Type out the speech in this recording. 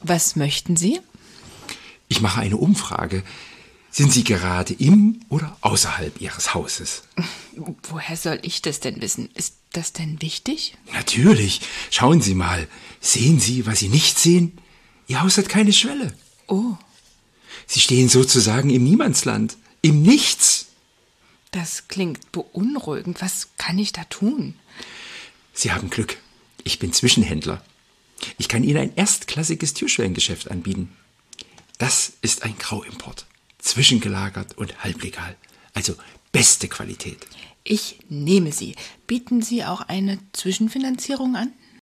Was möchten Sie? Ich mache eine Umfrage. Sind Sie gerade im oder außerhalb Ihres Hauses? Woher soll ich das denn wissen? Ist das denn wichtig? Natürlich. Schauen Sie mal. Sehen Sie, was Sie nicht sehen? Ihr Haus hat keine Schwelle. Oh, Sie stehen sozusagen im Niemandsland. Im Nichts. das klingt beunruhigend. Was kann ich da tun? Sie haben Glück. Ich bin Zwischenhändler. Ich kann Ihnen ein erstklassiges Türschwellengeschäft anbieten. Das ist ein Grauimport. Zwischengelagert und halblegal. Also beste Qualität. Ich nehme Sie. Bieten Sie auch eine Zwischenfinanzierung an?